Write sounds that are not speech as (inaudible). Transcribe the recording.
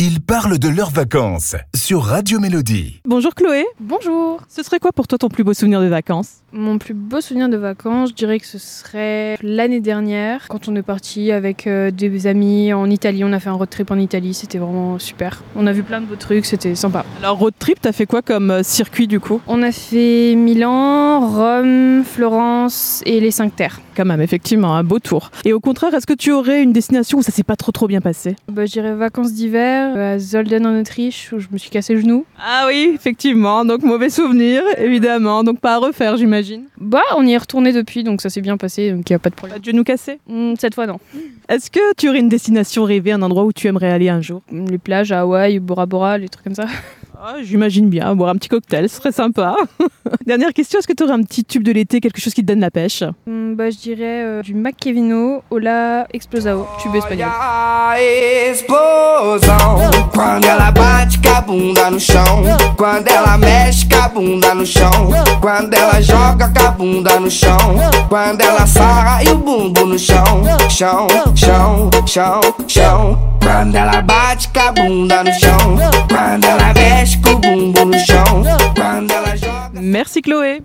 Ils parlent de leurs vacances sur Radio Mélodie. Bonjour Chloé, Bonjour ce serait quoi pour toi ton plus beau souvenir de vacances Mon plus beau souvenir de vacances, je dirais que ce serait l'année dernière, quand on est parti avec euh, des amis en Italie. On a fait un road trip en Italie, c'était vraiment super. On a vu plein de beaux trucs, c'était sympa. Alors road trip, t'as fait quoi comme euh, circuit du coup On a fait Milan, Rome, Florence et les Cinq Terres. Quand même, effectivement, un beau tour. Et au contraire, est-ce que tu aurais une destination où ça s'est pas trop trop bien passé Bah, je dirais vacances d'hiver euh, à Zolden en Autriche, où je me suis cassé le genou. Ah oui, effectivement, donc mauvais souvenir, évidemment, donc pas à refaire j'imagine. Bah, on y est retourné depuis, donc ça s'est bien passé, donc il n'y a pas de problème. Pas de Bah, nous casser. Hmm, Cette fois, non. Est-ce que tu aurais une destination rêvée, un endroit où tu aimerais aller un jour Les plages à Hawaï, Bora Bora, les trucs comme ça. Ah, J'imagine bien, boire un petit cocktail, ce serait sympa. (laughs) Dernière question, est-ce que tu aurais un petit tube de l'été, quelque chose qui te donne la pêche Hmm, bah, je dirais euh, du McKevino, Ola, Explosao, tube espagnol. Explosão. Quando ela bate com a bunda no chão. Quando ela mexe com a bunda no chão. Quando ela joga com a bunda no chão. Quando ela sarra e o bumbo no chão. Chão, chão, chão, chão. Quando ela bate com a bunda no chão. Quando ela mexe com o bumbo no chão. Quando ela joga. Merci Chloé.